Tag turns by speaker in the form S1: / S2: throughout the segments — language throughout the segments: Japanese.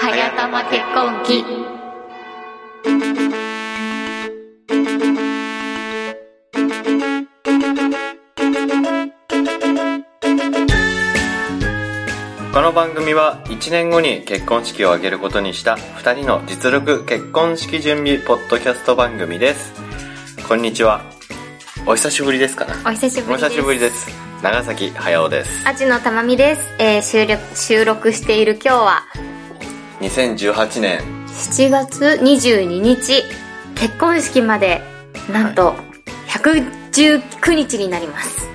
S1: はやたま結婚記
S2: この番組は1年後に結婚式を挙げることにした2人の実力結婚式準備ポッドキャスト番組ですこんにちはお久しぶりですかな
S1: お久しぶ
S2: お
S1: りです
S2: 久しぶりです長崎駿です
S1: アジのたまみです、えー、収録収録している今日は
S2: 2018年
S1: 7月22日結婚式までなんと119日になります、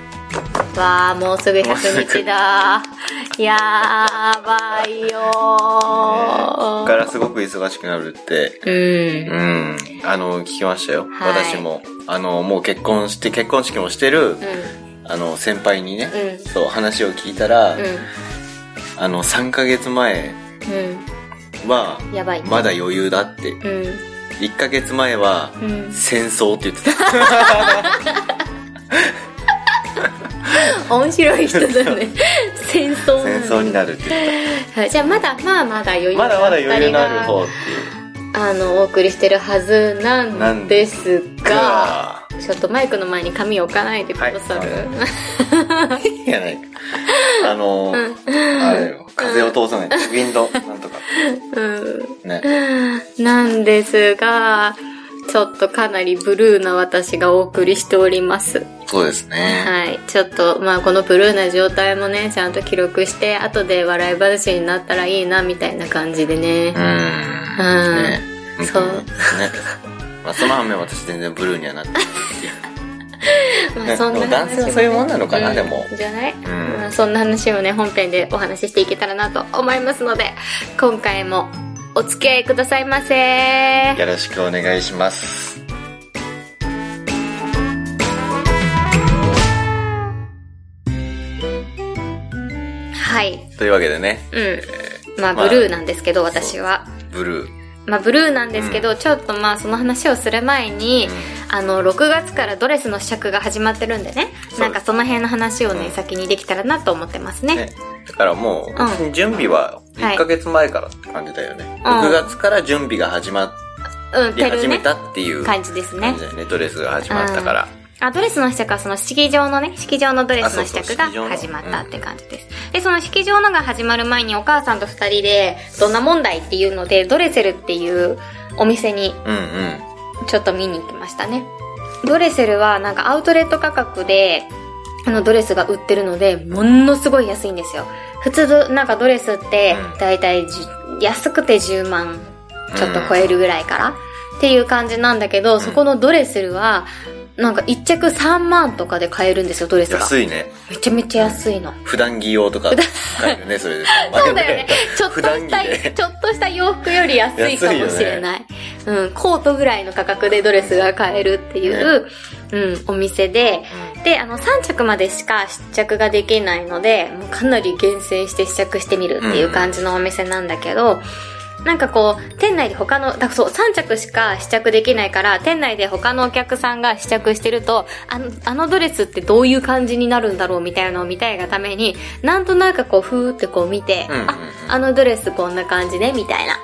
S1: わあもうすぐ100日だやばい
S2: ここ
S1: よ
S2: からすごく忙しくなるって
S1: ー、うん
S2: うんあの聞きましたよ、
S1: はい
S2: 私もあのもう結婚して結婚式もしてる、
S1: う
S2: あの先輩にね、
S1: うん
S2: そう話を聞いたら、
S1: ん
S2: あの3ヶ月前
S1: うん
S2: は
S1: うんやばい
S2: まだ余裕だって
S1: うん
S2: 1ヶ月前は
S1: うん
S2: 戦争って言ってた
S1: 面白い人だ ね戦争
S2: 戦争になるって言って
S1: はいじゃあまだまあまだ余
S2: た
S1: 裕
S2: まだまだ余裕のある
S1: 二人
S2: 方ってい
S1: があのお送りしてるはずなんです
S2: う
S1: が
S2: か
S1: ちょっとマイクの前に紙を置かないでくださる、
S2: は いやないあのあれよ風を通さないウィンドなんとかね
S1: うんなんですがちょっとかなりブルーな私がお送りしております
S2: そうですね
S1: はい。ちょっと、まあ、このブルーな状態もね、ちゃんと記録して、後で笑い話になったらいいな、みたいな感じでね
S2: う。ん
S1: うん
S2: ね
S1: そう
S2: 本当にね まあその反面私全然ブルーにはなってないっていう
S1: まあ、そんな
S2: でも男性はそういうもんなのかなでも
S1: じゃない、
S2: ん
S1: まあ、そんな話をね、本編でお話ししていけたらなと思いますので、今回もお付き合いくださいませ。
S2: よろしくお願いします。
S1: はい。
S2: というわけでね、
S1: うん。まあ、
S2: まあ
S1: ブルーなんですけど、私は。
S2: ブルー。
S1: まあ、ブルーなんですけど、ちょっとまあ、その話をする前に、あの、6月からドレスの試着が始まってるんでね、
S2: す
S1: なんかその辺の話をね、
S2: うん
S1: 先にできたらなと思ってます
S2: う
S1: ね。
S2: んね、だからもう、別に準備は
S1: はい
S2: 1ヶ月前からって感じだよね。
S1: うん
S2: 6月から準備が始ま
S1: うん、
S2: り
S1: てる
S2: 始め
S1: ね。
S2: たっていう
S1: 感
S2: 感
S1: じですね
S2: じ。だよね。ドレスが始まったから。
S1: あ、ドレスの試着はその式場のね、式場のドレスの試着が
S2: あそうそう式場の
S1: 始まったって感じです。で、その式場のが始まる前にお母さんと二人で、どんな問題っていうので、ドレセルっていうお店に
S2: うんうん。
S1: ちょっと見に行きましたね。ドレセルはなんかアウトレット価格で、あのドレスが売ってるので、ものすごい安いんですよ。普通のなんかドレスって
S2: う、ん
S1: だいたいじゅ安くて10万ちょっと超えるぐらいから、っていう感じなんだけど、そこのドレセルは、なんか1着3万とかで買えるんですよ、ドレスが。
S2: 安いね。
S1: めちゃめちゃ安いの。
S2: 普段着用とか買えるね、それで。
S1: そうだよね。ちょっと
S2: 普
S1: し
S2: 段着
S1: た、
S2: で
S1: ちょっとした洋服より安いかもしれない。うん、コートぐらいの価格でドレスが買えるっていう、うん、お店で、で、あの、3着までしか試着ができないので、もうかなり厳選して試着してみるっていう感じのお店なんだけど、なんかこう、店内で他の、だからそう、3着しか試着できないから、店内で他のお客さんが試着してると、あの、あのドレスってどういう感じになるんだろうみたいなのを見たいがために、なんとなくこう、ふーってこう見て、
S2: うんうんうん
S1: あ、あのドレスこんな感じね、みたいな。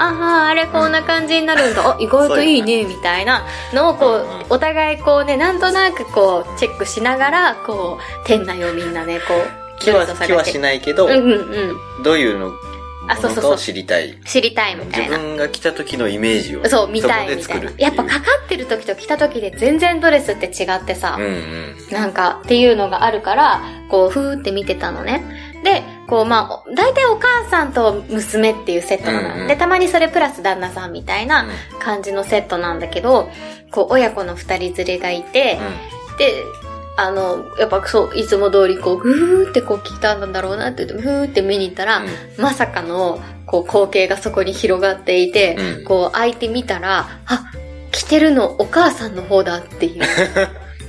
S1: ああ、あれこんな感じになるんだ。あ、意外といいね、みたいなのをこ
S2: うんうん
S1: う、お互いこうね、なんとなくこう、チェックしながら、こう、店内をみんなね、こう、
S2: 気
S1: ドレ
S2: は
S1: スを
S2: 気
S1: 探
S2: は
S1: し。
S2: してないけど、
S1: うんうんうん。
S2: どういうの
S1: あそうそうそう
S2: ものかを知りたい。
S1: 知りたいみ
S2: 自
S1: たいな。
S2: 分が着た時のイメージを。
S1: そう、見たい
S2: そこ
S1: み
S2: で
S1: た
S2: 作
S1: い
S2: る
S1: な
S2: っ。ていう
S1: やっぱかかってる時と着た時で全然ドレスって違ってさ、
S2: うんうん。
S1: なんかっていうのがあるから、こう、ふーって見てたのね。で、こう、まあ、お大体お母さんと娘っていうセットなの。
S2: うんうん
S1: で、たまにそれプラス旦那さんみたいな感じのセットなんだけど、こう、親子の二人連れがいて、で、あの、やっぱそう、いつも通りこう、ふーってこう聞いたんだろうなって言って、ふーって見に行ったら、
S2: うん
S1: まさかの、こう、光景がそこに広がっていて、
S2: うん
S1: こう、開いてみたら、あ、着てるのお母さんの方だって いう、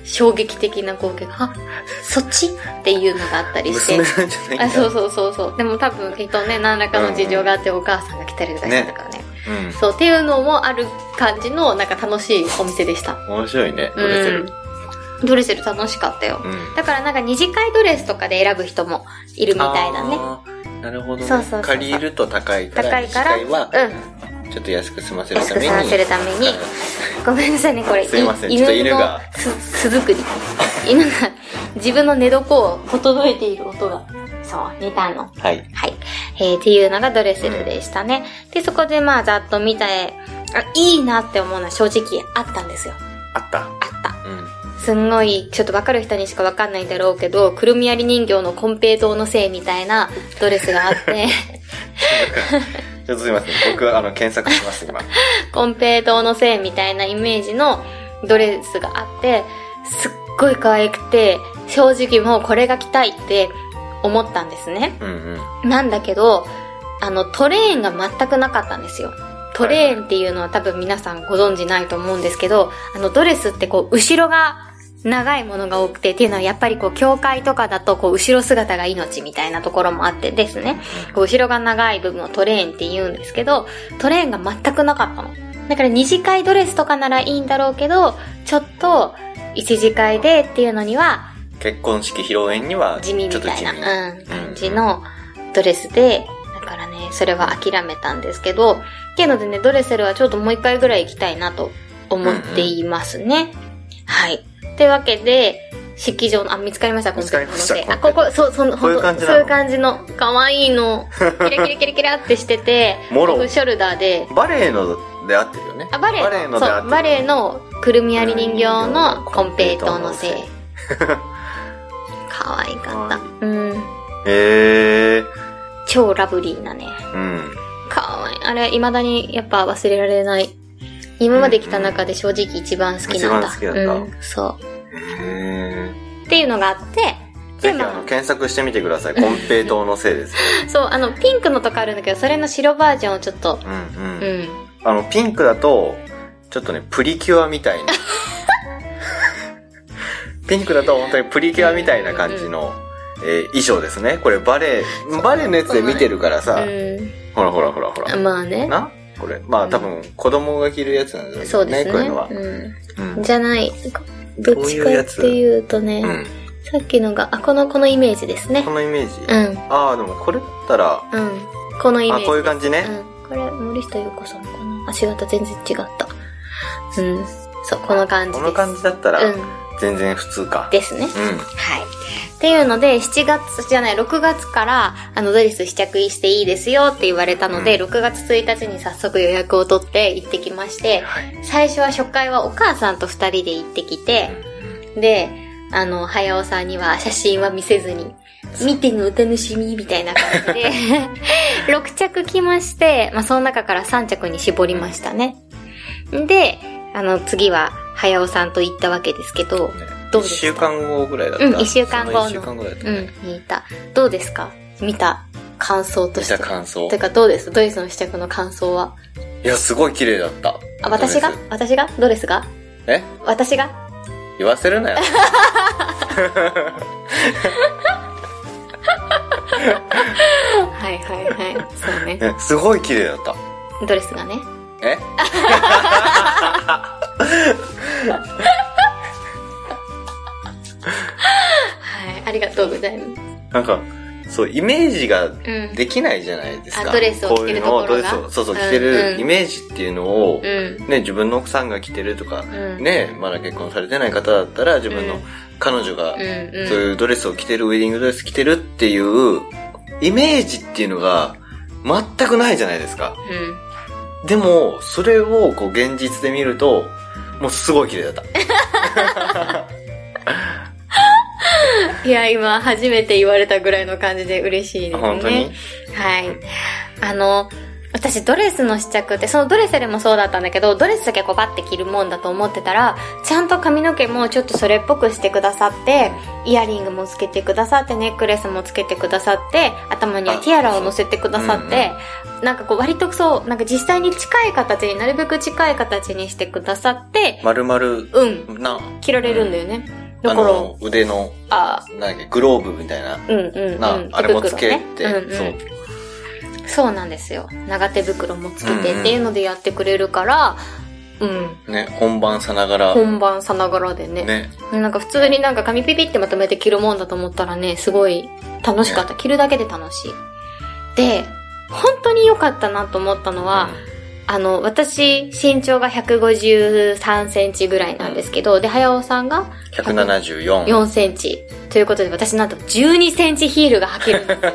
S1: 衝撃的な光景が、あ、そっちっていうのがあった
S2: うん。
S1: りして。
S2: 娘なんじゃないんだ
S1: あそうそうそうそう。でも多分きっとね、何らかの事情があってお母さんが来たりとかしてたからね。
S2: うん。
S1: そう、っていうのもある感じの、なんか楽しいお店でした。
S2: 面白いね、ドレセル。
S1: うん。ドレセル楽しかったよ。
S2: うん
S1: だからなんか二次会ドレスとかで選ぶ人もいるみたいだね。
S2: あーなるほどど、ね、
S1: そうそうそう
S2: 借りると高いから
S1: 高いから、
S2: 自
S1: う
S2: 治体は
S1: ん。
S2: ちょっと安く済ませる
S1: 安
S2: た
S1: く
S2: めに
S1: 済ませるために、ごめんなさいね、これ、
S2: すいませんちょっ
S1: の
S2: と犬が
S1: す巣作り。犬が自分の寝床をほとどいている音が、そう、寝たの。
S2: はい
S1: はい。えー、っていうのがドレセルでしたね。で、そこでまあ、ざっと見て、あ、いいなって思うのは正直あったんですよ。
S2: あった
S1: あった。
S2: うん
S1: すんごい、ちょっとわかる人にしかわかんないだろうけど、くるみ割り人形の金平糖のせいみたいなドレスがあって、
S2: ちょっとすいません僕あの検索します 今
S1: 金平糖のせいみたいなイメージのドレスがあって、すっごい可愛くて、正直もうこれが着たいって思ったんですね。
S2: うんうん
S1: なんだけど、あの、トレーンが全くなかったんですよ。トレーンっていうのは多分皆さんご存知ないと思うんですけど、あの、ドレスってこう、後ろが長いものが多くて、っていうのはやっぱりこう、教会とかだとこう、後ろ姿が命みたいなところもあってですね、こう、後ろが長い部分をトレーンって言うんですけど、トレーンが全くなかったの。だから二次会ドレスとかならいいんだろうけど、ちょっと、一次会でっていうのには、
S2: 結婚式披露宴には
S1: 地味み
S2: ちょっと
S1: たい
S2: 地
S1: な、
S2: 味
S1: うん、感じのドレスで、だからね、それは諦めたんですけど、っていうのでね、ドレセルはちょっともう一回ぐらい行きたいなと思っていますね。はい。ってわけで、式場の、あ、見つかりました、
S2: 見つかりました
S1: コンペのせいあ、ここ、そう、その、
S2: こういう感じなの、
S1: そういう感じの、可愛いの、キラキラキラキラってしてて
S2: もろ
S1: オフショルダーで、
S2: バレエので合ってるよね
S1: あ、バレエの、
S2: で合って
S1: そ
S2: る
S1: う、バレエのくるみ割り人形のコンペイトーのせい
S2: コンペイ。
S1: 可愛かっ
S2: 可
S1: た。うん。
S2: へえ
S1: 超ラブリーなね。
S2: うん
S1: かわいい。あれ、未だにやっぱ忘れられない。今まで来た中で正直一番好きなんだ。
S2: 一番好きだった
S1: うん、そ
S2: へえ
S1: う。っていうのがあって、
S2: ぜ
S1: で、
S2: ひあの
S1: ま
S2: 検索してみてく ださいコンペイトーのせいですよ
S1: あ、そう、あの、ピンクのとかあるんだけど、それの白バージョンをちょっと、
S2: うんうん、
S1: うん。
S2: あのピンクだとちょっとねプリキュアみ たいなピンクだと本当にプリキュアみたいな感じの、えー衣装ですねこれバレエバレエのやつで見てるからさ、
S1: う
S2: ほらほらほらほら
S1: ん。まあね。
S2: なこれまあ多分子供が着るやつなんだろうけ
S1: そ
S2: ど
S1: うで
S2: ね
S1: すね。
S2: こういうのは、
S1: う。
S2: うんん
S1: じゃない。どっちかっていうとね、
S2: うん、
S1: さっきのが、あ、この、このイメージですね
S2: こ。のイメージ、
S1: うん。
S2: ああでもこれだったら
S1: うん。このイメー
S2: あ
S1: ジ。
S2: こういう感じね、
S1: うん。これ、森下優子さんかなあ、違った。全然違った。うん。そう、この感じです。
S2: この感じだったら
S1: うん。
S2: 全然普通か、
S1: ですね。
S2: うん
S1: はい。っていうので、7月じゃない、6月から、あの、ドレス試着衣していいですよって言われたので、6月1日に早速予約を取って行ってきまして、
S2: はい
S1: 最初は初回はお母さんと二人で行ってきて、で、あの、早尾さんには写真は見せずに、見てのお楽しみみたいな感じで、6着着まして、まあ、その中から3着に絞りましたね。で、あの、次は、早尾さんと行ったわけですけど、どう
S2: 1
S1: ですか
S2: 週間後ぐらいだった
S1: うん一週間後の
S2: そ一週間後だった
S1: う
S2: ね、
S1: ん、見た。どうですか見た感想と
S2: 見
S1: して。
S2: た感想
S1: てかどうですドレスの試着の感想は。
S2: いやすごい綺麗だった
S1: あ、私が
S2: ドレ
S1: 私がドレスが
S2: スえ
S1: 私が
S2: 言わせるなよ
S1: はいはいはい。 そうね。
S2: ね すごい綺麗だった
S1: ドレスがね。
S2: え
S1: はい。ありがとうございます。
S2: なんかそうイメージが
S1: うん。
S2: できないじゃないですか
S1: あドレスを着てるところが
S2: こういうのをドレスをそうそう着て
S1: うんう
S2: る
S1: ん
S2: イメージっていうのを、
S1: うん。
S2: ね、自分の奥さんが着てるとか、
S1: うん
S2: ねまだ結婚されてない方だったら自分の
S1: うん
S2: 彼女が
S1: うんうん。
S2: そういうドレスを着てる、ウェディングドレス着てるっていう、イメージっていうのが、全くないじゃないですか。
S1: うん。
S2: でも、それをこう現実で見ると、もうすごい綺麗だった。
S1: いや、今、初めて言われたぐらいの感じで嬉しいですね。
S2: 本当に。
S1: はい。あの、私ドレスの試着って、そのドレスでもそうだったんだけど、ドレスだけこうバッて着るもんだと思ってたら、ちゃんと髪の毛もちょっとそれっぽくしてくださって、イヤリングもつけてくださって、ネックレスもつけてくださって、頭にはティアラを乗せてくださって、なんかこう割とそう、なんか実際に近い形になるべく近い形にしてくださって、
S2: 丸々、
S1: うん、
S2: な、
S1: 着られるんだよね。だ
S2: あ
S1: から、
S2: の、腕の、
S1: あ
S2: なんだっけ、グローブみたいな、
S1: うんうんうん。
S2: な、あれもつけて、
S1: 手袋ねうんうん
S2: そう。
S1: そうなんですよ。長手袋もつけてっていうのでやってくれるから、うん、
S2: ね、本番さながら、
S1: 本番さながらでね
S2: ね、
S1: なんか普通になんか紙ピピってまとめて着るもんだと思ったらね、すごい楽しかった。着るだけで楽しい。で、本当に良かったなと思ったのは、あの、私、身長が153センチぐらいなんですけど、で、早尾さんが
S2: 174
S1: 4センチ。ということで、私なんと12センチヒールが履けるんですよ。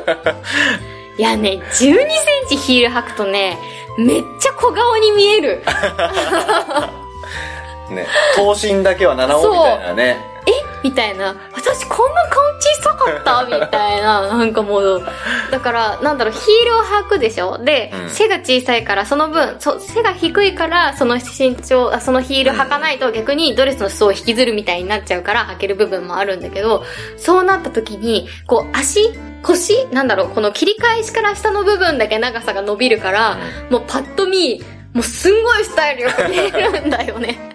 S1: いやね、12センチヒール履くとね、めっちゃ小顔に見える。
S2: ね頭身だけは7
S1: そう
S2: 音みたいなね
S1: えみたいな。私こんな顔小さかった みたいな。なんかもう、だから、なんだろう、ヒールを履くでしょで、
S2: うん
S1: 背が小さいから、その分、そ背が低いから、その身長、あそのヒール履かないと逆にドレスの裾を引きずるみたいになっちゃうから履ける部分もあるんだけど、そうなった時に、こう足、腰なんだろう、この切り返しから下の部分だけ長さが伸びるから、もうパッと見、もうすんごいスタイルよく見えるんだよね。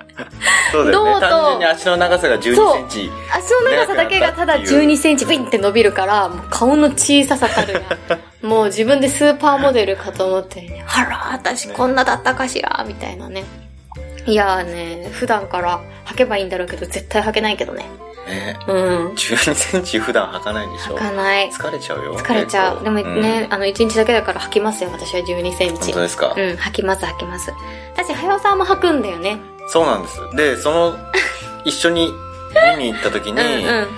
S2: そうだよ
S1: どう
S2: ね
S1: と
S2: 単純に足の長さが1
S1: そう
S2: 2ンチ
S1: 足の長さだけがただ12センチビンって伸びるから、もう顔の小ささた るや。もう自分でスーパーモデルかと思って、ね、あら、私こんなだったかしら、みたいなね。いやーね、普段から履けばいいんだろうけど、絶対履けないけどね。
S2: ね
S1: うん。
S2: 1 2ンチ普段履かないでしょ
S1: 履かない。
S2: 疲れちゃうよ
S1: 疲れちゃう。で
S2: 結
S1: も
S2: 構
S1: ね、
S2: うん
S1: あの、1日だけだから履きますよ、私は12センチ
S2: 本当。ですか、
S1: うん、履きます、履きます。私、早尾さんも履くんだよね。
S2: そうなんですで その一緒に見に行った時
S1: う
S2: に
S1: ん、うん。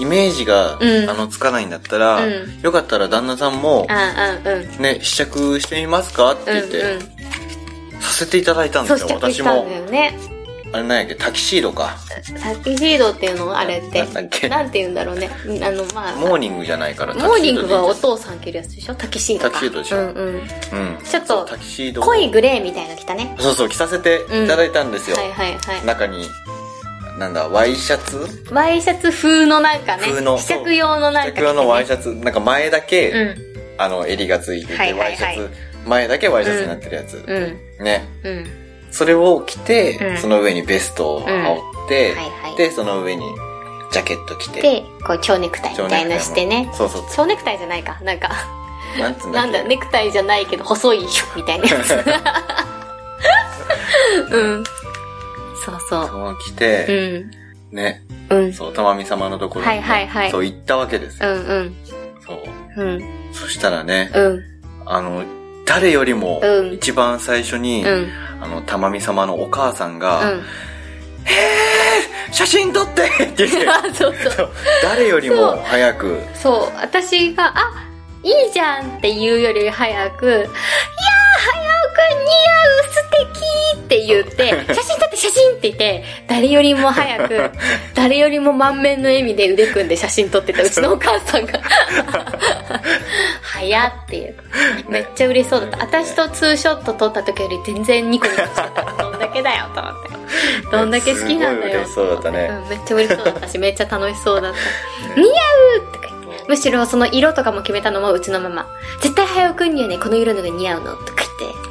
S2: イメージが、
S1: うん
S2: あのつかないんだったら、
S1: うん
S2: よかったら旦那さんも、
S1: あうん、うん。
S2: ね、試着してみますかって
S1: うん、
S2: 言って、させていただいた
S1: うんん。
S2: で
S1: そう
S2: す
S1: 試
S2: よ
S1: 着
S2: 私
S1: したん
S2: も
S1: だよね。
S2: あれなんやっけタキシードか
S1: タキシードっていうのあれって
S2: なんだっけ
S1: なんて言うんだろうねあのまあ
S2: モーニングじゃないから
S1: モーニングはお
S2: タ
S1: 父さん着るやつでしょタキシードか
S2: タキシードでしょ
S1: うんうん、
S2: キシードでいいんです
S1: ちょっ
S2: うん、
S1: と
S2: タキシードを
S1: 濃いグレーみたいなの着たね
S2: そうそう着させていただいたんですよ、
S1: はいはいはい
S2: 中になんだワイシャツ
S1: ワイシャツ風のなんかね
S2: 風の
S1: 試着用のなんか着て
S2: 着用のワイシャツなんか前だけ、
S1: ね
S2: あの襟がついてて、
S1: はいはいはい
S2: ワイシャツ前だけワイシャツになってるやつ、
S1: うんうん
S2: ね
S1: うん
S2: それを着て、
S1: うん
S2: その上にベストを羽織って、
S1: うんはいはい
S2: で、その上にジャケット着て、
S1: でこう蝶ネクタイみ
S2: 蝶
S1: た
S2: ネクタイ
S1: い
S2: も
S1: なのしてね
S2: そうそう。
S1: 蝶ネクタイじゃないかなんか
S2: なんつうん
S1: な
S2: だっけ
S1: んだネクタイじゃないけど細いシュッみたい なやつうんそうそう
S2: そう着
S1: う
S2: て、
S1: ん
S2: ね、
S1: うん
S2: そう、たまみ様のところにね、
S1: はいはいはい
S2: そう、行ったわけです
S1: う
S2: よ、
S1: んうん
S2: そう。
S1: うん
S2: そしたらね、
S1: うん
S2: あの、誰よりも
S1: うん、
S2: 一番最初に、
S1: うん
S2: あの、たまみ様のお母さんが、
S1: うん
S2: 写真撮ってって言 っ
S1: そう
S2: て、
S1: そう
S2: そう誰よりも早く、
S1: そう私が「あいいじゃん」って言うより早く「いやー早く似合う素敵って言 って「写真撮って写真」って言って誰よりも早く誰よりも満面の笑みで腕組んで写真撮ってたうちのお母さんが「早」っていうめっちゃ嬉しそうだった私とツーショット撮った時より全然ニコニコしてたどんだけだよと思ってどんだけ好きなんだよ
S2: すごい嬉しそうだったね
S1: うんめっちゃ嬉しそうだったしめっちゃ楽しそうだった、似
S2: ね
S1: 合うとか言ってむしろその色とかも決めたのもうちのママ絶対早尾くんにはねこの色のが似合うのとか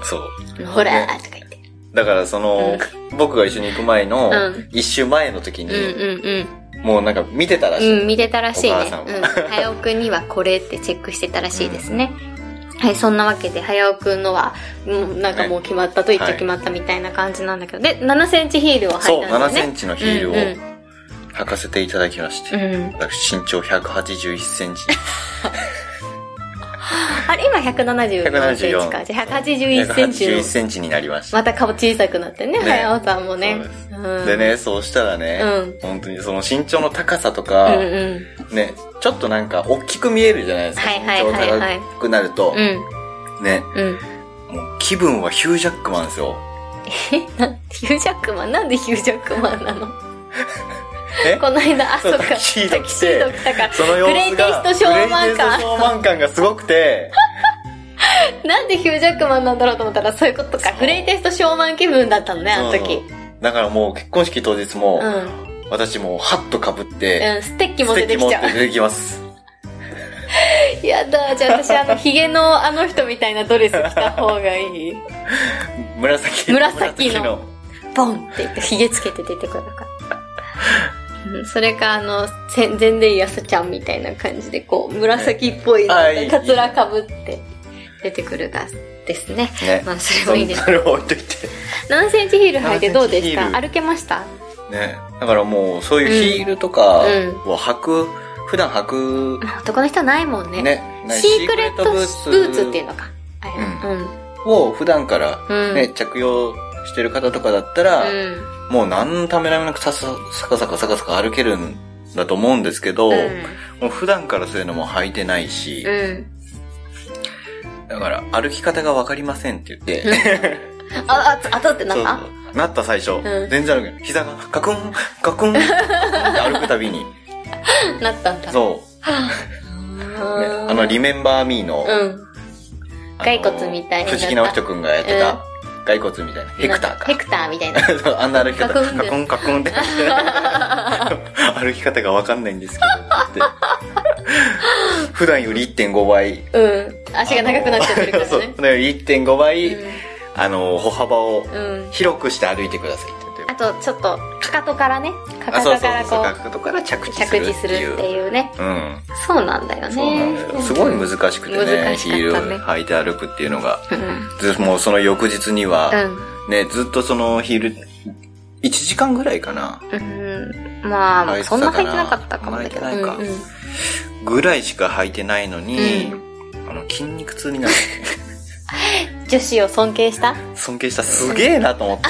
S2: そう。
S1: 言ってほらー
S2: ね
S1: とか言って
S2: だからその、僕が一緒に行く前の
S1: うん、
S2: 一周前の時
S1: う
S2: に、
S1: んうん
S2: もうなんか見てたらし
S1: うん
S2: い。
S1: うん見てたらしい
S2: お母
S1: ね
S2: さんも
S1: うん早尾くんにはこれってチェックしてたらしいですね、はい、そんなわけで、早尾くんのは、うん、なんかもう決まったと言っちゃ決まったみたいな感じなんだけど、で、7センチヒールを履
S2: そ、
S1: いうたんだよ
S2: 7
S1: ね。
S2: センチのヒールを
S1: うんうん
S2: 履かせていただきまして。
S1: うん。
S2: 私身長181センチ。
S1: あれ、今174センチか。じゃあ181センチの
S2: 181。センチになりました。
S1: また顔小さくなってね、
S2: ね
S1: 早尾さんもね。
S2: そうです
S1: うん
S2: で。ね、そうしたらね、
S1: うん
S2: 本当にその身長の高さと
S1: うん
S2: か、
S1: うん。
S2: ね、ちょっとなんか大きく見えるじゃないですか。
S1: はいはいはいはい
S2: 身長高くなると、
S1: うん。
S2: ね、
S1: うん。
S2: もう気分はヒュージャックマンですよ。
S1: えなんヒュージャックマンなんでヒュージャックマンなの
S2: え
S1: この間、あ、そ
S2: そうう
S1: か、
S2: タキシード着て
S1: タキシード着たから。
S2: その様子が、
S1: グレイテイストショーマン感
S2: グレイテイストショーマン感がすごく て、
S1: なんでヒュージャックマンなんだろうと思ったら、そういうことか
S2: そ。う
S1: グレイテストショーマン気分だったのね、あの
S2: そう
S1: 時。
S2: だからもう結婚式当日も、
S1: うん。
S2: 私もうハッとかぶって、
S1: うん、ステッキも
S2: ステ
S1: 出て
S2: ッキ持
S1: き
S2: っ
S1: ち
S2: て
S1: ゃ
S2: 出てきます。
S1: う。やだ、じゃあ私、あの、ヒゲのあの人みたいなドレス着た方が いい。
S2: 紫
S1: 紫のボンって言って、ひげつけて出てくるのか。うんそれか、あの、せ全然やさちゃんみたいな感じで、こう、紫っぽい、
S2: あいい
S1: かつらかぶって出てくるが、ですね。
S2: ね。
S1: まあ、それもいいです。
S2: それを置いといて。
S1: 何センチヒール履いてどうでし
S2: 何センチヒ
S1: た
S2: ー
S1: 歩けました
S2: ね。だからもう、そういうヒールとか
S1: うん
S2: を履く普段履
S1: まあ男の人はないもん
S2: く、
S1: ね。
S2: ね、ない
S1: シークレットブーツっていうのか。あれは
S2: を普段から
S1: うん。
S2: ね、着用してる方とかだったら、
S1: うん。
S2: もう何のためらいもなくささ、さかさかさかさか歩けるんだと思うんですけど、
S1: うん。
S2: もう普段からそういうのも履いてないし、
S1: うん。
S2: だから歩き方がわかりませんって言って、
S1: あ、あつ、あとってな
S2: そ
S1: ん
S2: う
S1: か
S2: そうなった最初、
S1: ん
S2: 全然歩けない。膝がガクン、ガ クン、ガクンって歩くたびに、
S1: なったんだ。
S2: そう、ねあの、リ
S1: ム。
S2: メンバーミーの、
S1: うん。
S2: あの
S1: 骸骨みたいになった
S2: 藤木直人くんがやって
S1: う
S2: た、
S1: ん
S2: 骸骨みたいな、ヘクターか。
S1: ヘクターみたいな。
S2: そう あんな歩き方、
S1: カクン
S2: カクンカ クンって。歩き方がわかんないんですけど、って。普段より1.5倍。
S1: うん。足が長くなっちゃってるから
S2: そう
S1: ね。
S2: 普段より1.5倍、
S1: う
S2: あの、歩幅を
S1: ん。うん。
S2: 広くして歩いてくださいって言って
S1: あと、ちょっと、かかとからね。かか
S2: そう
S1: と
S2: そう
S1: から
S2: そうそう、
S1: こ
S2: か
S1: う、
S2: かとから着地す
S1: 着
S2: る
S1: 地
S2: って
S1: す
S2: い
S1: る
S2: う。
S1: っていうね。
S2: うん。
S1: そうなんだよね。
S2: そうなんだよ。すごい難しくてね、
S1: 難し
S2: ヒ
S1: かったね
S2: ールを履いて歩くっていうのが。
S1: うん。うん。
S2: ずもうその翌日には、ね、ずっとそのヒール、1時間ぐらいかな。
S1: うん。まあ、そんな入ってなかったかもだけど。
S2: 入ってないか
S1: うんうん
S2: ぐらいしか履いてないのに、
S1: う
S2: あの筋肉痛になる
S1: 女子を尊敬した
S2: 尊敬したすげえなと思って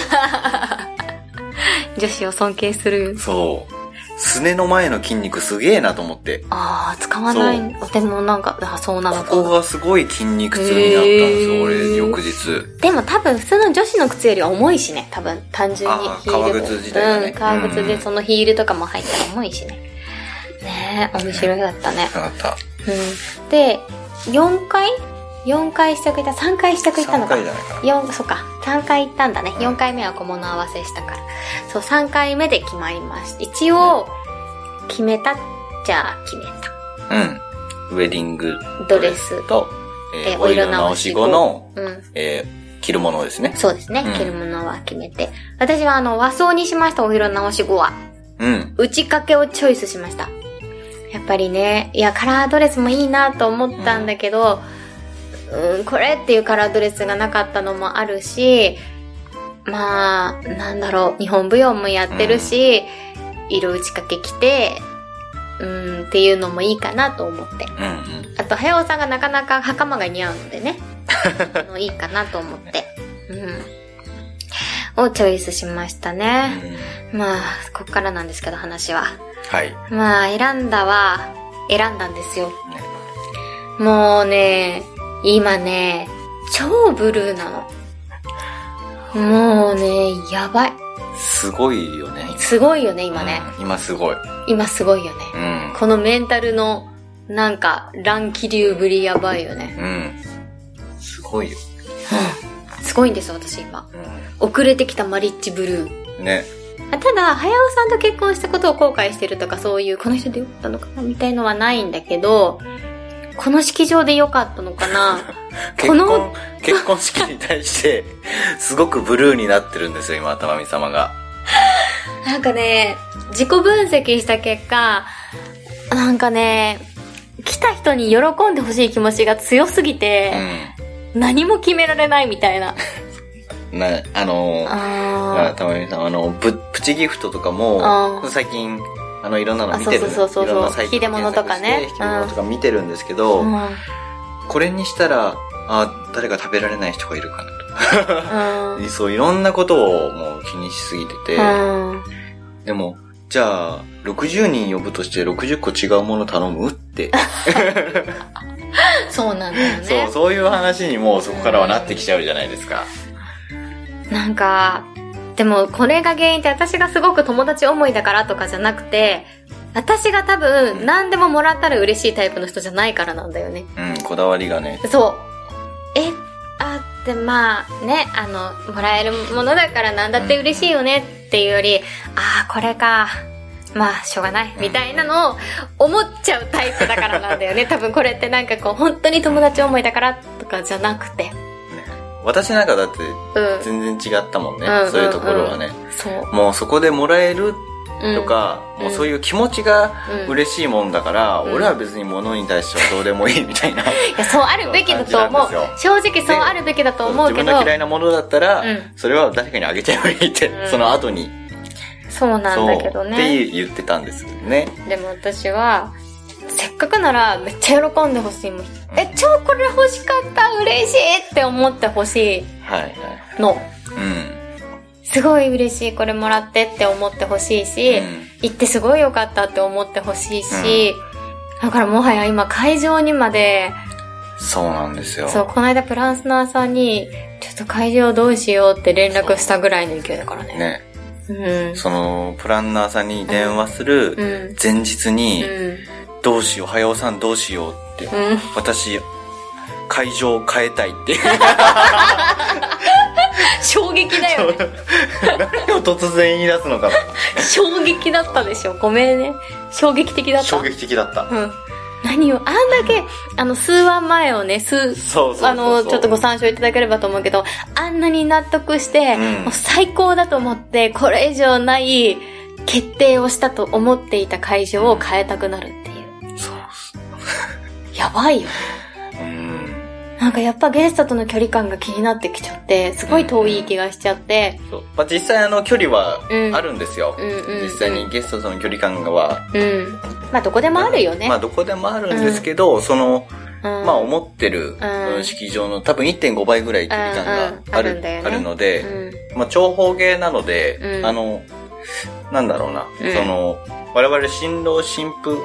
S1: 女子を尊敬する。
S2: そうすねの前の筋肉すげえなと思って
S1: ああ、使わない。でもなんか、あそうなの
S2: こ
S1: か
S2: こ
S1: な。
S2: がすごい筋肉痛になったんです
S1: へー
S2: よ俺翌日
S1: でも多分普通の女子の靴よりは重いしね。多分、単純に
S2: あー
S1: ヒール
S2: 革靴自体がね
S1: うん、革靴
S2: う
S1: で
S2: ん
S1: そのヒールとかも入ったら重いしね。ねえ、面白いだったね。
S2: なった
S1: うん。で、4回 ?4 回試着行った ?3 回試着行ったの
S2: 3
S1: か
S2: 回じゃないかな
S1: 四そうか3回行ったんだね
S2: うん
S1: 4回目は小物合わせしたからそう3回目で決まりました一応決めたじゃあ決めた
S2: うんウェディング
S1: ドレス
S2: と、え
S1: え
S2: ー、お色直し後の、
S1: うん
S2: えー、着るものですね
S1: そうですね、
S2: うん
S1: 着るものは決めて私はあの和装にしましたお色直し後は
S2: うん
S1: 打ち掛けをチョイスしましたやっぱりねいやカラードレスもいいなと思ったんだけど、うん、これっていうカラードレスがなかったのもあるしまあなんだろう日本舞踊もやってるし、色打ち掛け着てうんっていうのもいいかなと思って
S2: うんうん
S1: あと早尾さんがなかなか袴が似合うのでね あのいいかなと思ってうんをチョイスしましたね、
S2: うん
S1: まあ、こっからなんですけど話は。
S2: はい
S1: まあ、選んだは、選んだんですよ。もうね、今ね、超ブルーなの。もうね、やばい。
S2: すごいよね
S1: すごいよね、今ね。
S2: うん今すごい
S1: 今すごいよね。
S2: うん
S1: このメンタルの、なんか、乱気流ぶりやばいよね。
S2: うんすごいよ
S1: すごいんですよ、私今。
S2: う
S1: 遅れてきたマリッジブルー。
S2: んね
S1: ただ、早尾さんと結婚したことを後悔してるとか、そういう、この人でよかったのかなみたいのはないんだけど、この式場でよかったのかな
S2: 結
S1: こ
S2: 婚
S1: の
S2: 結婚式に対して すごくブルーになってるんですよ今たまみ様が
S1: なんかね、自己分析した結果、なんかね、来た人に喜んでほしい気持ちが強すぎ
S2: う
S1: て、
S2: ん
S1: 何も決められないみたいな。
S2: なあのー まあ
S1: あ
S2: たまみ様あのププチギフトとかも
S1: あー
S2: 最近あのいろんなの見てる
S1: あそうそうそうそうそう
S2: いろんなサイト
S1: 引き出物とかね
S2: 検索して引き出物とか見てるんですけど、
S1: ーうん
S2: これにしたらあ誰か食べられない人がいるかな
S1: うん
S2: とそういろんなことをもう気にしすぎてて、
S1: うん
S2: でもじゃあ60人呼ぶとして60個違うもの頼む って
S1: そうなんだよね。
S2: そう、そういう話にもうそこからはなってきちゃうじゃないですか。
S1: なんか、でもこれが原因って私がすごく友達思いだからとかじゃなくて、私が多分何でももらったら嬉しいタイプの人じゃないからなんだよね。
S2: うん、こだわりがね。
S1: そう。え、あってまあね、あの、もらえるものだからなんだって嬉しいよねっていうより、ああ、これか。まあ、しょうがない。みたいなのを思っちゃうタイプだからなんだ よね。多分これってなんかこう、本当に友達思いだからとかじゃなくて。
S2: 私なんかだって
S1: うん。
S2: 全然違ったもんね。
S1: うん
S2: そういうところはね。
S1: そう。
S2: もうそこでもらえる
S1: うん
S2: と、か、
S1: うん
S2: もうそういう気持ちが
S1: うん
S2: 嬉しいもんだから、
S1: うん
S2: 俺は別に物に対してはどうでもいいみたいな。
S1: いや、そうあるべきだと思う
S2: そういう感。
S1: 正直そうあるべきだと思う
S2: 自
S1: け
S2: 分
S1: ど
S2: の、嫌いなものだったら、
S1: うん
S2: それは誰かにあげちゃえばいいって、
S1: うん
S2: その後に。
S1: そうなんだけど
S2: そうっ
S1: ね。
S2: て言ってたんですけどね。
S1: でも私は、かくならめっちゃ喜んでほしいもん。え、超これ欲しかった嬉しいって思ってほし
S2: はいはい。
S1: いの。
S2: うん。
S1: すごい嬉しいこれもらってって思ってほしいし、
S2: うん
S1: 行ってすごい良かったって思ってほしいし、だからもはや今会場にまで、
S2: そうなんですよ。
S1: そう、この間プランスナーさんに、ちょっと会場どうしようって連絡したぐらいの勢いだからね。
S2: ね。
S1: うん。
S2: その、プランナーさんに電話する
S1: うん。
S2: 前日に、
S1: うん。
S2: どうしよう、早尾さんどうしようって、
S1: うん。
S2: 私、会場を変えたいって。
S1: 衝撃だよね。
S2: 何を突然言い出すのか
S1: 衝撃だったでしょ。ごめんね。衝撃的だ
S2: な。
S1: った。
S2: 衝撃的だった。
S1: うん。何を、あんだけ、あの、数話前をね、数、
S2: そうそうそうそう
S1: あの、ちょっとご参照いただければと思うけど、あんなに納得して、
S2: うん
S1: もう最高だと思って、これ以上ない決定をしたと思っていた会場を変えたくなるっていう。
S2: そう
S1: やばいよ。
S2: うん。
S1: なんかやっぱゲストとの距離感が気になってきちゃって、すごい遠い気がしちゃって、
S2: そうまあ、実際あの距離は
S1: うん
S2: あるんですよ。
S1: うんうんうん
S2: 実際にゲストとの距離感は。
S1: うん。まあどこでもあるよね。
S2: まあどこでもあるんですけど、その、
S1: うん、
S2: まあ思ってる
S1: うん
S2: 式場の多分1.5倍ぐらい距離感があ
S1: うんうんあるん
S2: る
S1: だよね
S2: あるの
S1: う
S2: で、
S1: ん、
S2: まあ長方形なので
S1: う、ん
S2: あの、なんだろうな
S1: うん、
S2: その、我々新郎新婦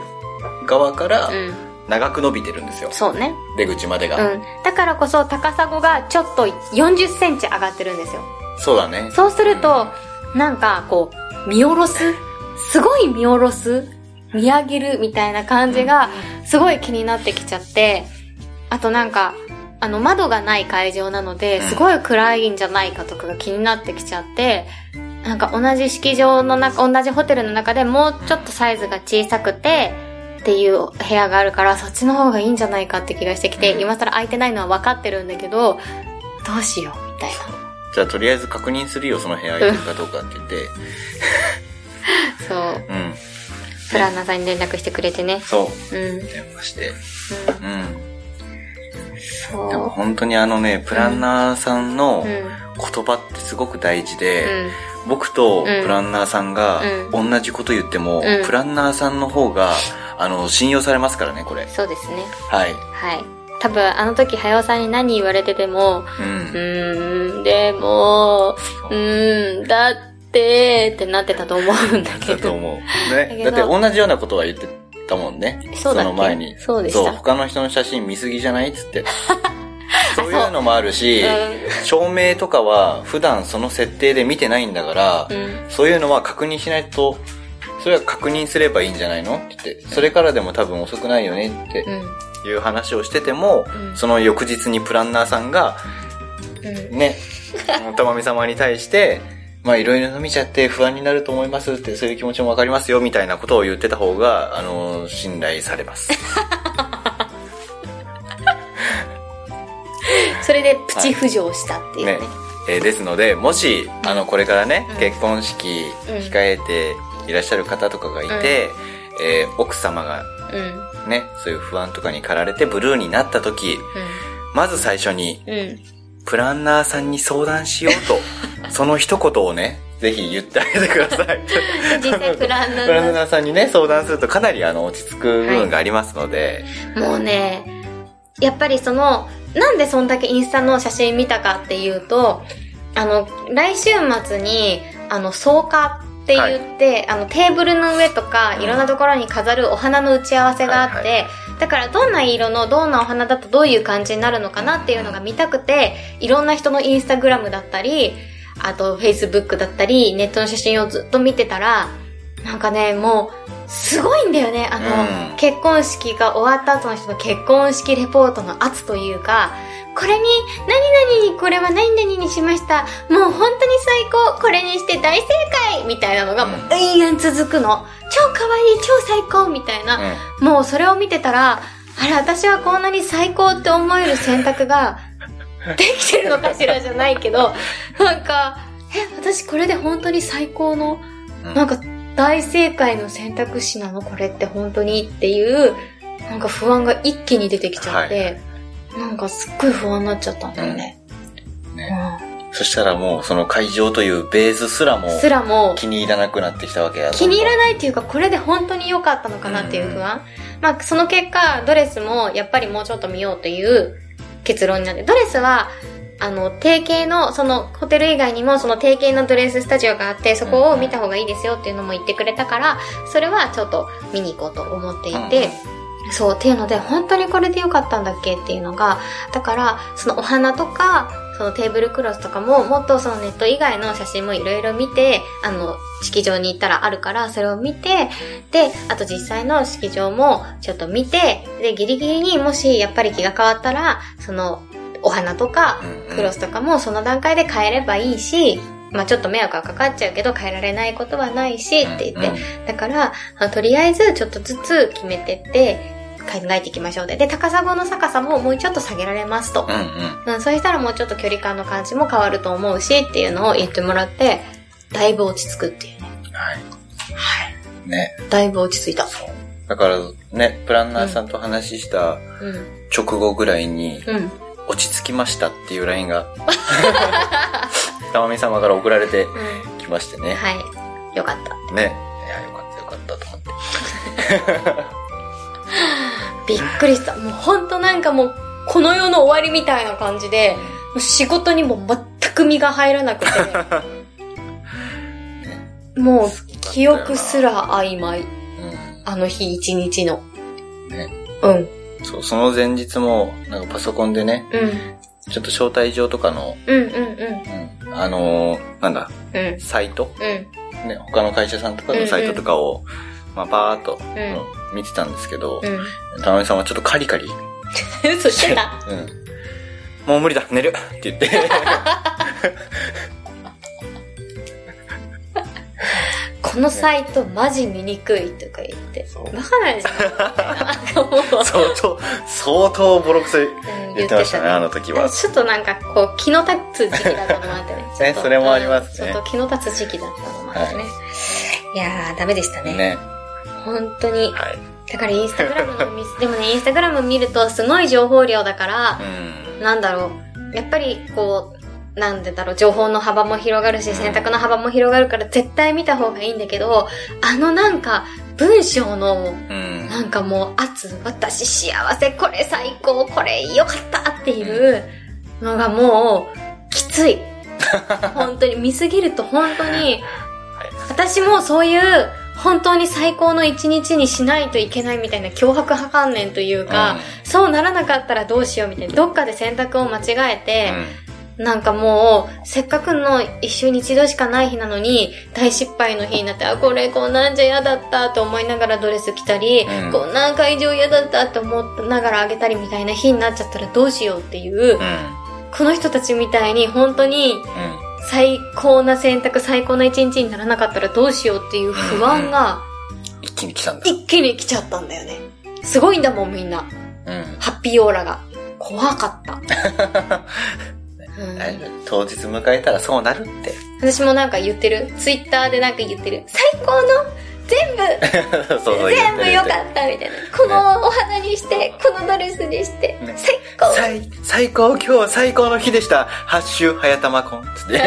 S2: 側から
S1: うん。
S2: 長く伸びてるんですよ。
S1: そうね。
S2: 出口まで
S1: う
S2: が。
S1: ん。だからこそ高砂がちょっと40センチ上がってるんですよ。
S2: そうだね。
S1: そうすると、なんかこう、見下ろすすごい見下ろす見上げるみたいな感じが、すごい気になってきちゃって、あとなんか、あの、窓がない会場なので、
S2: うん
S1: すごい暗いんじゃないかとかが気になってきちゃって、なんか同じ式場の中、同じホテルの中でもうちょっとサイズが小さくて、っていう部屋があるから、そっちの方がいいんじゃないかって気がしてきて、
S2: うん
S1: 今更空いてないのは分かってるんだけど、どうしよう、みたい な。
S2: じゃあとりあえず確認するよ、その部屋空いてるかどうかって言って。
S1: そう。
S2: うん。
S1: プランナーさんに連絡してくれてね。
S2: そう。
S1: うん。うん、
S2: 電話して。うん。
S1: そ
S2: でも
S1: う。
S2: 本当にあのね、プランナーさんの
S1: うん。うん。
S2: 言葉ってすごく大事で、僕とプランナーさんが
S1: う
S2: 同じこと言っても、
S1: うん
S2: プランナーさんの方が、あの、信用されますからね、これ。
S1: そうですね。
S2: はい。
S1: はい。多分、あの時、早尾さんに何言われてても、
S2: う。
S1: うんーん、でも、うーん、だって、ってなってたと思うんだけ
S2: だと
S1: ど。
S2: 思う。
S1: だ
S2: ね。
S1: け
S2: だ
S1: ど
S2: って同じようなことは言ってたもんね。
S1: そうだっけ
S2: の前に。
S1: そうでした
S2: 他の人の写真見すぎじゃないっ つって。そういうのもあるし、
S1: う
S2: 照明とかは普段その設定で見てないんだから、
S1: ん。うん。
S2: そういうのは確認しないと、それは確認すればいいんじゃないのって言って、それからでも多分遅くないよねって
S1: うん。
S2: いう話をしてても、
S1: うん
S2: その翌日にプランナーさんが、
S1: うん。
S2: ね、たまみ様に対して、まあいろいろ見ちゃって不安になると思いますって、そういう気持ちもわかりますよみたいなことを言ってた方が、あの、信頼されます。
S1: それで、プチ浮上したって いうね。
S2: ね。えーですので、もし、あの、これからね、
S1: うん
S2: 結婚式
S1: うん
S2: 控えていらっしゃる方とかがいて、えー奥様が
S1: うん。
S2: ね、そういう不安とかに駆られてブルーになった時、まず最初に、
S1: うん。うん。
S2: プランナーさんに相談しよう と、その一言をね、ぜひ言ってあげてくださ い。
S1: 実際、プランナ
S2: プラン
S1: ー
S2: ナーさんにね、相談するとかなりあの、落ち着く部分がありますので、
S1: もうね、やっぱりその、なんでそんだけインスタの写真見たかっていうと、あの、来週末に、あの、草花って言って、あの、テーブルの上とか、
S2: うん
S1: いろんなところに飾るお花の打ち合わせがあって、
S2: はい
S1: だからどんな色の、どんなお花だとどういう感じになるのかなっていうのが見たくて、いろんな人のインスタグラムだったり、あと、Facebook だったり、ネットの写真をずっと見てたら、なんかね、もう、すごいんだよね。あの、
S2: うん
S1: 結婚式が終わった後の人の結婚式レポートの圧というか、これに、何々に、これは何々にしました。もう本当に最高。これにして大正解みたいなのがもう
S2: うん
S1: 永遠続くの。超可愛い、超最高みたいな。もうそれを見てたら、あれ、私はこんなに最高って思える選択ができてるのかしらじゃないけど、なんか、え、私これで本当に最高の、
S2: うん。うん
S1: なんか大正解の選択肢なのこれって本当にっていう、なんか不安が一気に出てきちゃって、なんかすっごい不安になっちゃったんだよね。う
S2: そしたらもう、その会場というベースすらも
S1: ん、すらも
S2: 気に入らなくなってきたわけや
S1: 気に入らないっていうか、これで本当に良かったのかなっていう不安。まあ、その結果、ドレスもやっぱりもうちょっと見ようという結論になって、ドレスは、あの、定型の、その、ホテル以外にも、その定型のドレススタジオがあって、そこを見た方がいいですよっていうのも言ってくれたから、それはちょっと見に行こうと思っていて、そう、っていうので、本当にこれでよかったんだっけっていうのが、だから、そのお花とか、そのテーブルクロスとかも、もっとそのネット以外の写真もいろいろ見て、あの、式場に行ったらあるから、それを見て、で、あと実際の式場もちょっと見て、で、ギリギリにもしやっぱり気が変わったら、その、お花とか、クロスとかもその段階で変えればいいし、まあちょっと迷惑はかかっちゃうけど変えられないことはないしって言って、だから、あとりあえずちょっとずつ決めてって、考えていきましょうで。で、高砂の高さももうちょっと下げられますと。
S2: うんうん
S1: うん、そうしたらもうちょっと距離感の感じも変わると思うしっていうのを言ってもらって、だいぶ落ち着くっていうね。
S2: はい。ね。
S1: だいぶ落ち着いた。
S2: だからね、プランナーさんと話した
S1: うん。
S2: 直後ぐらいに、
S1: うん。
S2: 落ち着きましたっていう LINE が、たまみ様から送られて
S1: う
S2: きまして
S1: ん。
S2: ね。
S1: はい。よかった。
S2: ね。いや、よかったよかったと思って。
S1: びっくりした。もうほんとなんかもう、この世の終わりみたいな感じで、もう仕事にも全く身が入らな くて、もう記憶すら曖昧。あの日一日の。
S2: ね
S1: うん。
S2: うん。そう、その前日も、なんかパソコンでね、
S1: うん。
S2: ちょっと招待状とかの、
S1: うんうんうん。
S2: うんあのーなんだ、
S1: うん。
S2: サイト
S1: うん。
S2: ね、他の会社さんとかのサイトとかを、まあ、バーっと、うん見てたんですけど、
S1: う
S2: たまみさんはちょっとカリカリ、
S1: ん。嘘してた。
S2: うん。もう無理だ、寝るって 言って。
S1: このサイトマジ見にくいとか言って
S2: そう。
S1: バカなんじゃん。もう
S2: 相当、相当ボロクソ
S1: うん
S2: 言ってましたね、あの時は。。
S1: ちょっとなんかこう気の立つ時期だったのもあってねちょっと
S2: ねそれもありますね
S1: ちょっと気の立つ時期だったのもあってね。い、やー、ダメでしたね。
S2: ね。
S1: 本当に。
S2: はい。
S1: だからインスタグラムのミス、でもね、インスタグラム見るとすごい情報量だから、
S2: うん。
S1: なんだろう。やっぱりこう、なんでだろう、情報の幅も広がるし、選択の幅も広がるから絶対見た方がいいんだけど、あのなんか、文章の
S2: うん。
S1: なんかもう圧、私幸せ、これ最高、これ良かったっていうのがもう、きつい。本当に、見すぎると本当に、私もそういう、本当に最高の一日にしないといけないみたいな脅迫破観念というか、そうならなかったらどうしようみたいな、どっかで選択を間違え
S2: う
S1: て、
S2: ん、
S1: なんかもう、せっかくの一週に一度しかない日なのに、大失敗の日になって、あ、これこんなんじゃ嫌だったと思いながらドレス着たり、
S2: うん
S1: こんなん会場嫌だったと思いながらあげたりみたいな日になっちゃったらどうしようっていう、
S2: うん。
S1: この人たちみたいに本当に
S2: うん。
S1: 最高な選択、最高な一日にならなかったらどうしようっていう不安が
S2: 一気に来たんだ。
S1: 一気に来ちゃったんだよね。すごいんだもんみんな。
S2: うん。
S1: ハッピーオーラが。怖かった。うん
S2: 大丈夫当日迎えたらそうなるって。
S1: 私もなんか言ってる。ツイッターでなんか言ってる。最高の全部
S2: そうそう言
S1: 全
S2: っ
S1: 部
S2: て
S1: 良
S2: る
S1: かったみたいな。 このお花にして、このドレスにして
S2: ね、
S1: 最高
S2: 最最高、今日最高の日でした。ハッシュ、早玉コン。つって。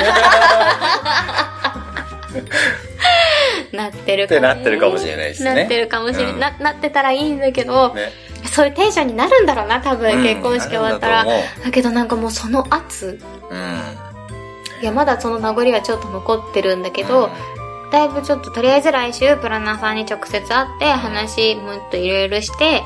S1: なってる
S2: ってなってるかもしれないですね
S1: なってるかもしれない、
S2: うん
S1: な。なってたらいいんだけど、
S2: ね。
S1: そういうテンションになるんだろうな、多分、
S2: うん
S1: 結婚式終わったら。
S2: なるんだ
S1: だけどなんかもうその圧
S2: と思ううん。
S1: いや、まだその名残はちょっと残ってるんだけど、だいぶちょっととりあえず来週プランナーさんに直接会って話もっといろいろして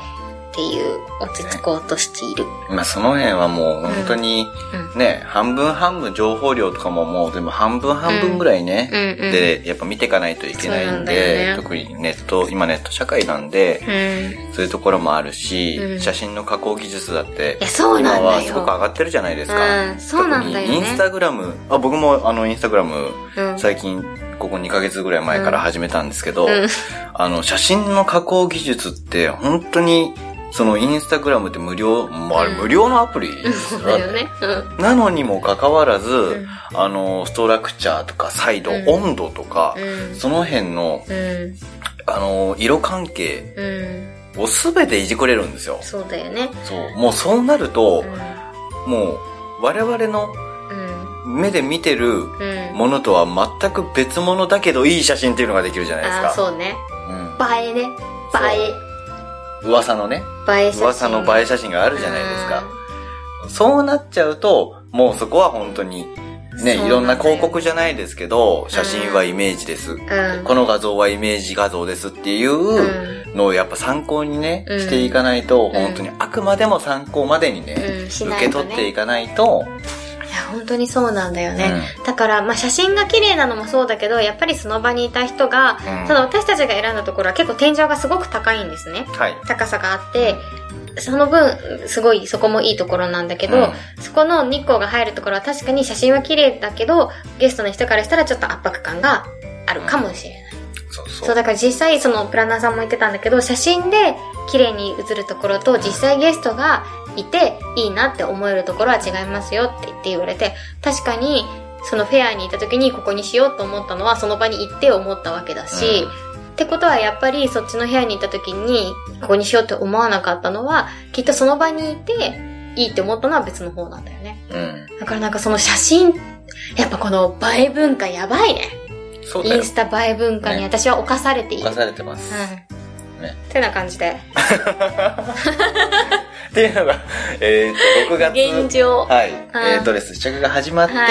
S1: っていう落ち着こうとしている。
S2: まあその辺はもう本当に
S1: う
S2: ね、半分半分情報量とかももう全部半分半分ぐらいね、
S1: うんうん
S2: でやっぱ見ていかないといけない
S1: そうなんん
S2: で
S1: だよね
S2: 特にネット今ネット社会なんで、
S1: うん。
S2: そういうところもあるし、
S1: うん
S2: 写真の加工技術だって
S1: いやそうなんだよ
S2: 今はすごく上がってるじゃないですか、
S1: うんそうなんだよね
S2: 特にインスタグラムあ僕もあのインスタグラム
S1: うん。
S2: 最近ここ2ヶ月ぐらい前から始めたんですけど、
S1: うん
S2: あの、写真の加工技術って、本当に、そのインスタグラムって無料、もうあれ
S1: うん
S2: 無料のアプリ、
S1: そうだよね。うん。
S2: なのにもかかわらず、
S1: ん
S2: あの、ストラクチャーとか、サイド、
S1: うん
S2: 温度とか、
S1: うん
S2: その辺の、
S1: うん。
S2: あの、色関係
S1: うん。
S2: をすべていじくれるんですよ。
S1: そうだよね。
S2: そう。もうそうなると
S1: う、ん。
S2: もう、我々の
S1: うん。
S2: 目で見てる
S1: うん。
S2: ものとは全く別物だけどいい写真っていうのができるじゃないです
S1: あ
S2: か。
S1: あ、そうね。
S2: うん
S1: 映えね。映え。
S2: 噂のね、
S1: 映え写真。
S2: 噂の映え写真があるじゃないですか。そうなっちゃうと、もうそこは本当に、ね、
S1: そうなんだよ
S2: いろんな広告じゃないですけど、写真はイメージです。
S1: うん。うん。。
S2: この画像はイメージ画像ですっていううんのをやっぱ参考にね、
S1: うん
S2: していかないと、
S1: ん
S2: 本当にあくまでも参考までにね、
S1: うん、し
S2: 受
S1: ない
S2: け
S1: と
S2: 取ってい
S1: ね。
S2: かないと、
S1: いや、本当にそうなんだよね。だから、まあ、写真が綺麗なのもそうだけど、やっぱりその場にいた人が、
S2: うん
S1: ただ私たちが選んだところは結構天井がすごく高いんですね。
S2: うんはい。
S1: 高さがあって、その分、すごい、そこもいいところなんだけど、
S2: うん
S1: そこの日光が入るところは確かに写真は綺麗だけど、ゲストの人からしたらちょっと圧迫感があるかもしれない。
S2: そうそう。
S1: そう、だから実際、そのプランナーさんも言ってたんだけど、写真で綺麗に写るところと、実際ゲストがいて、いいなって思えるところは違いますよって言って言われて、確かに、そのフェアにいた時にここにしようと思ったのは、その場に行って思ったわけだし、ってことはやっぱりそっちの部屋にいた時に、ここにしようって思わなかったのは、きっとその場にいて、いいって思ったのは別の方なんだよね。
S2: うん。
S1: だからなんかその写真、やっぱこの映え文化やばいね。
S2: そう
S1: イ
S2: だよ
S1: ン。スタ映え文化に
S2: ね
S1: 私は侵されている。
S2: 犯されてます。
S1: うん。
S2: ね
S1: てな感じで。
S2: っていうのが、 えっと、6月。
S1: 現状。
S2: はい。えードレス試着が始まって、
S1: はい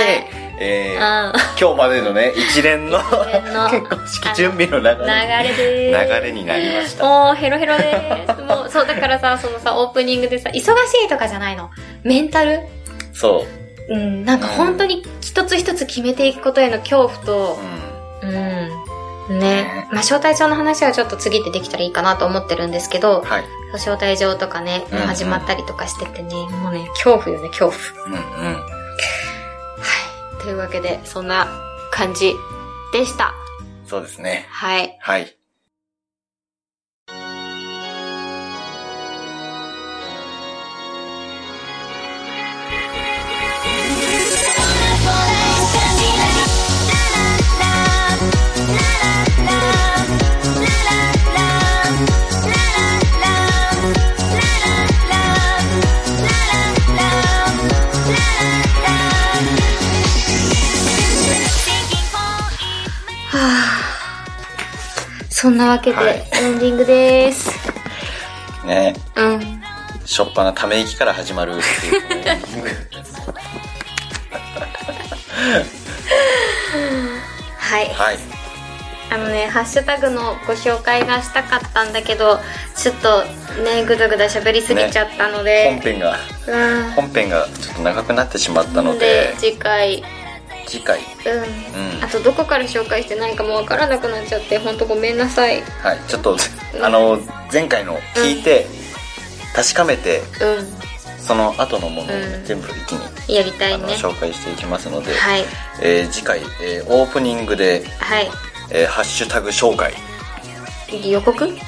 S2: えー
S1: あ
S2: 今日までのね、一連 の
S1: 一連の
S2: 結婚式準備の流
S1: 流
S2: れ
S1: れでーす。
S2: 流れになりました。
S1: もうヘロヘロでーす。もう、そう、だからさ、そのさ、オープニングでさ、忙しいとかじゃないの。メンタル
S2: そう。
S1: うん、なんか本当に一つ一つ決めていくことへの恐怖と
S2: う、ん。
S1: うん、ね。まあ、招待状の話はちょっと次でできたらいいかなと思ってるんですけど、
S2: はい。
S1: 招待状とかね、
S2: うんうん
S1: 始まったりとかしててね、もうね、恐怖よね、恐怖。
S2: うんうん。
S1: はい。というわけで、そんな感じでした。
S2: そうですね。
S1: はい。
S2: はい。
S1: はあ。そんなわけで、
S2: はい
S1: エンディングです。
S2: ね。
S1: うん。
S2: しょっぱなため息から始まるっていう ね。
S1: はい。
S2: はい。
S1: あのね、ハッシュタグのご紹介がしたかったんだけど、ちょっとね、ぐだぐだ喋りすぎちゃったので、
S2: 本編が、
S1: うん。
S2: 本編がちょっと長くなってしまったの
S1: で
S2: で、
S1: 次回、
S2: 次回、
S1: う
S2: うん
S1: ん。あ。と、どこから紹介してないかもわからなくなっちゃって、ほんとごめんなさい。うん。
S2: はい、ちょっと、あの、前回の聞いて、確かめて、その後のものをね
S1: うん
S2: 全部一気に、
S1: やりた
S2: あ
S1: い
S2: の、
S1: ね。
S2: 紹介していきますので、
S1: はい。
S2: えー次回、えーオープニングで、
S1: はい。
S2: えーハッシュタグ紹介、
S1: 予 告予告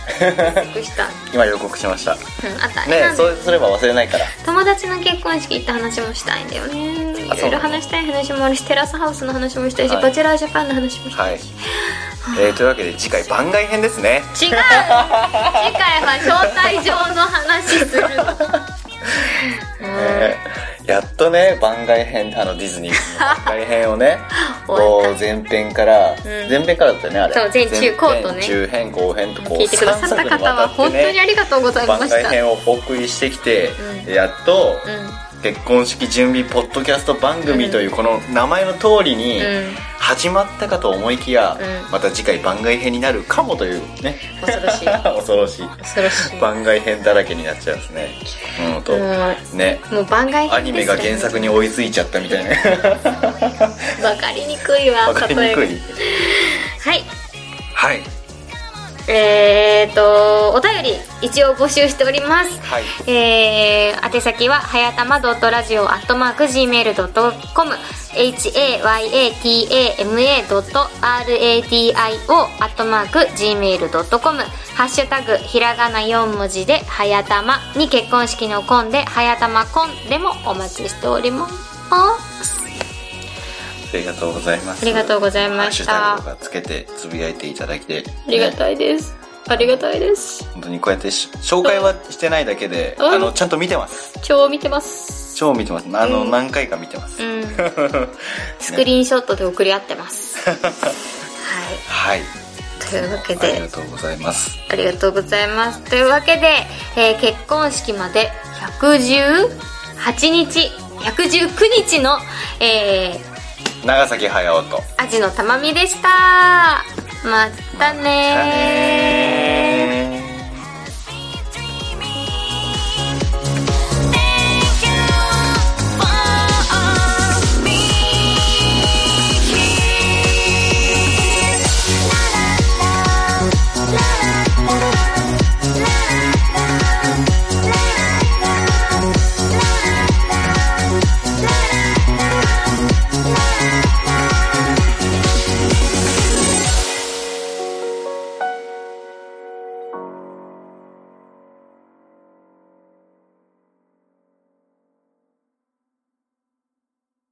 S1: した、
S2: 今予告しました。
S1: うん、あった
S2: ね
S1: なん
S2: そ
S1: で
S2: うすれば忘れないから。
S1: 友達の結婚式行った話もしたいんだよねい
S2: あそ
S1: ろ
S2: う
S1: い
S2: な
S1: ろ
S2: の
S1: 話したい話もあるしテラスハウスの話もしたいし、
S2: はい
S1: バチェラージャパンの話もした、
S2: はいい。えーというわけで次回番外編ですね。
S1: 違う次回は招待状の話する
S2: えーやっとね、番外編、あの、ディズニーの番外編をね、こ
S1: 終わ
S2: う、前編から、前編からだったよね、あれ。
S1: そう前中後とね
S2: 前編中編、後編とこう、
S1: 聞いてくださった
S2: 三作に
S1: 方
S2: わ
S1: は
S2: たってね
S1: 本当にありがとうございま
S2: 番
S1: した
S2: 外編をお送りしてきて、
S1: う
S2: やっと
S1: うん
S2: 結婚式準備ポッドキャスト番組というこの名前の通りに
S1: うん
S2: 始まったかと思いきや、
S1: うん
S2: また次回番外編になるかもというね
S1: 恐ろしい
S2: 恐ろしい
S1: 恐ろしいも
S2: 番外編だらけになっちゃうんですねうんと、ね
S1: うもう番外編です、ね、
S2: アニメが原作に追いついちゃったみたいな
S1: わかりにくいわ
S2: わかりにくい
S1: 例えがはい
S2: はい
S1: えー、とお便り一応募集しております
S2: はい
S1: えー、宛先は、はやたま .radio.gmail.com、hayatama.radio.gmail.com、ハッシュタグ、ひらがな4文字で、はやたまに結婚式のコンで、はやたまコンでもお待ちしております。
S2: ありがとうございます
S1: ありがとうございました
S2: ハッシュタグとかつけてつぶやいていただきて
S1: ありがたいです。ありがたいです。
S2: 本当にこうやってし紹介はしてないだけで、
S1: うん
S2: あのちゃんと見てます
S1: 超見てます。
S2: 超見てますあの、
S1: うん
S2: 何回か見てます、
S1: うん。スクリーンショットで送り合ってます。はい。
S2: はい
S1: とというわけ
S2: あり
S1: で
S2: がとうございます。
S1: ありがとうございますというわけで、えー結婚式まで118日119日の、えー、
S2: 長崎駿と。
S1: アジのたまみでしたまたねー
S2: またねー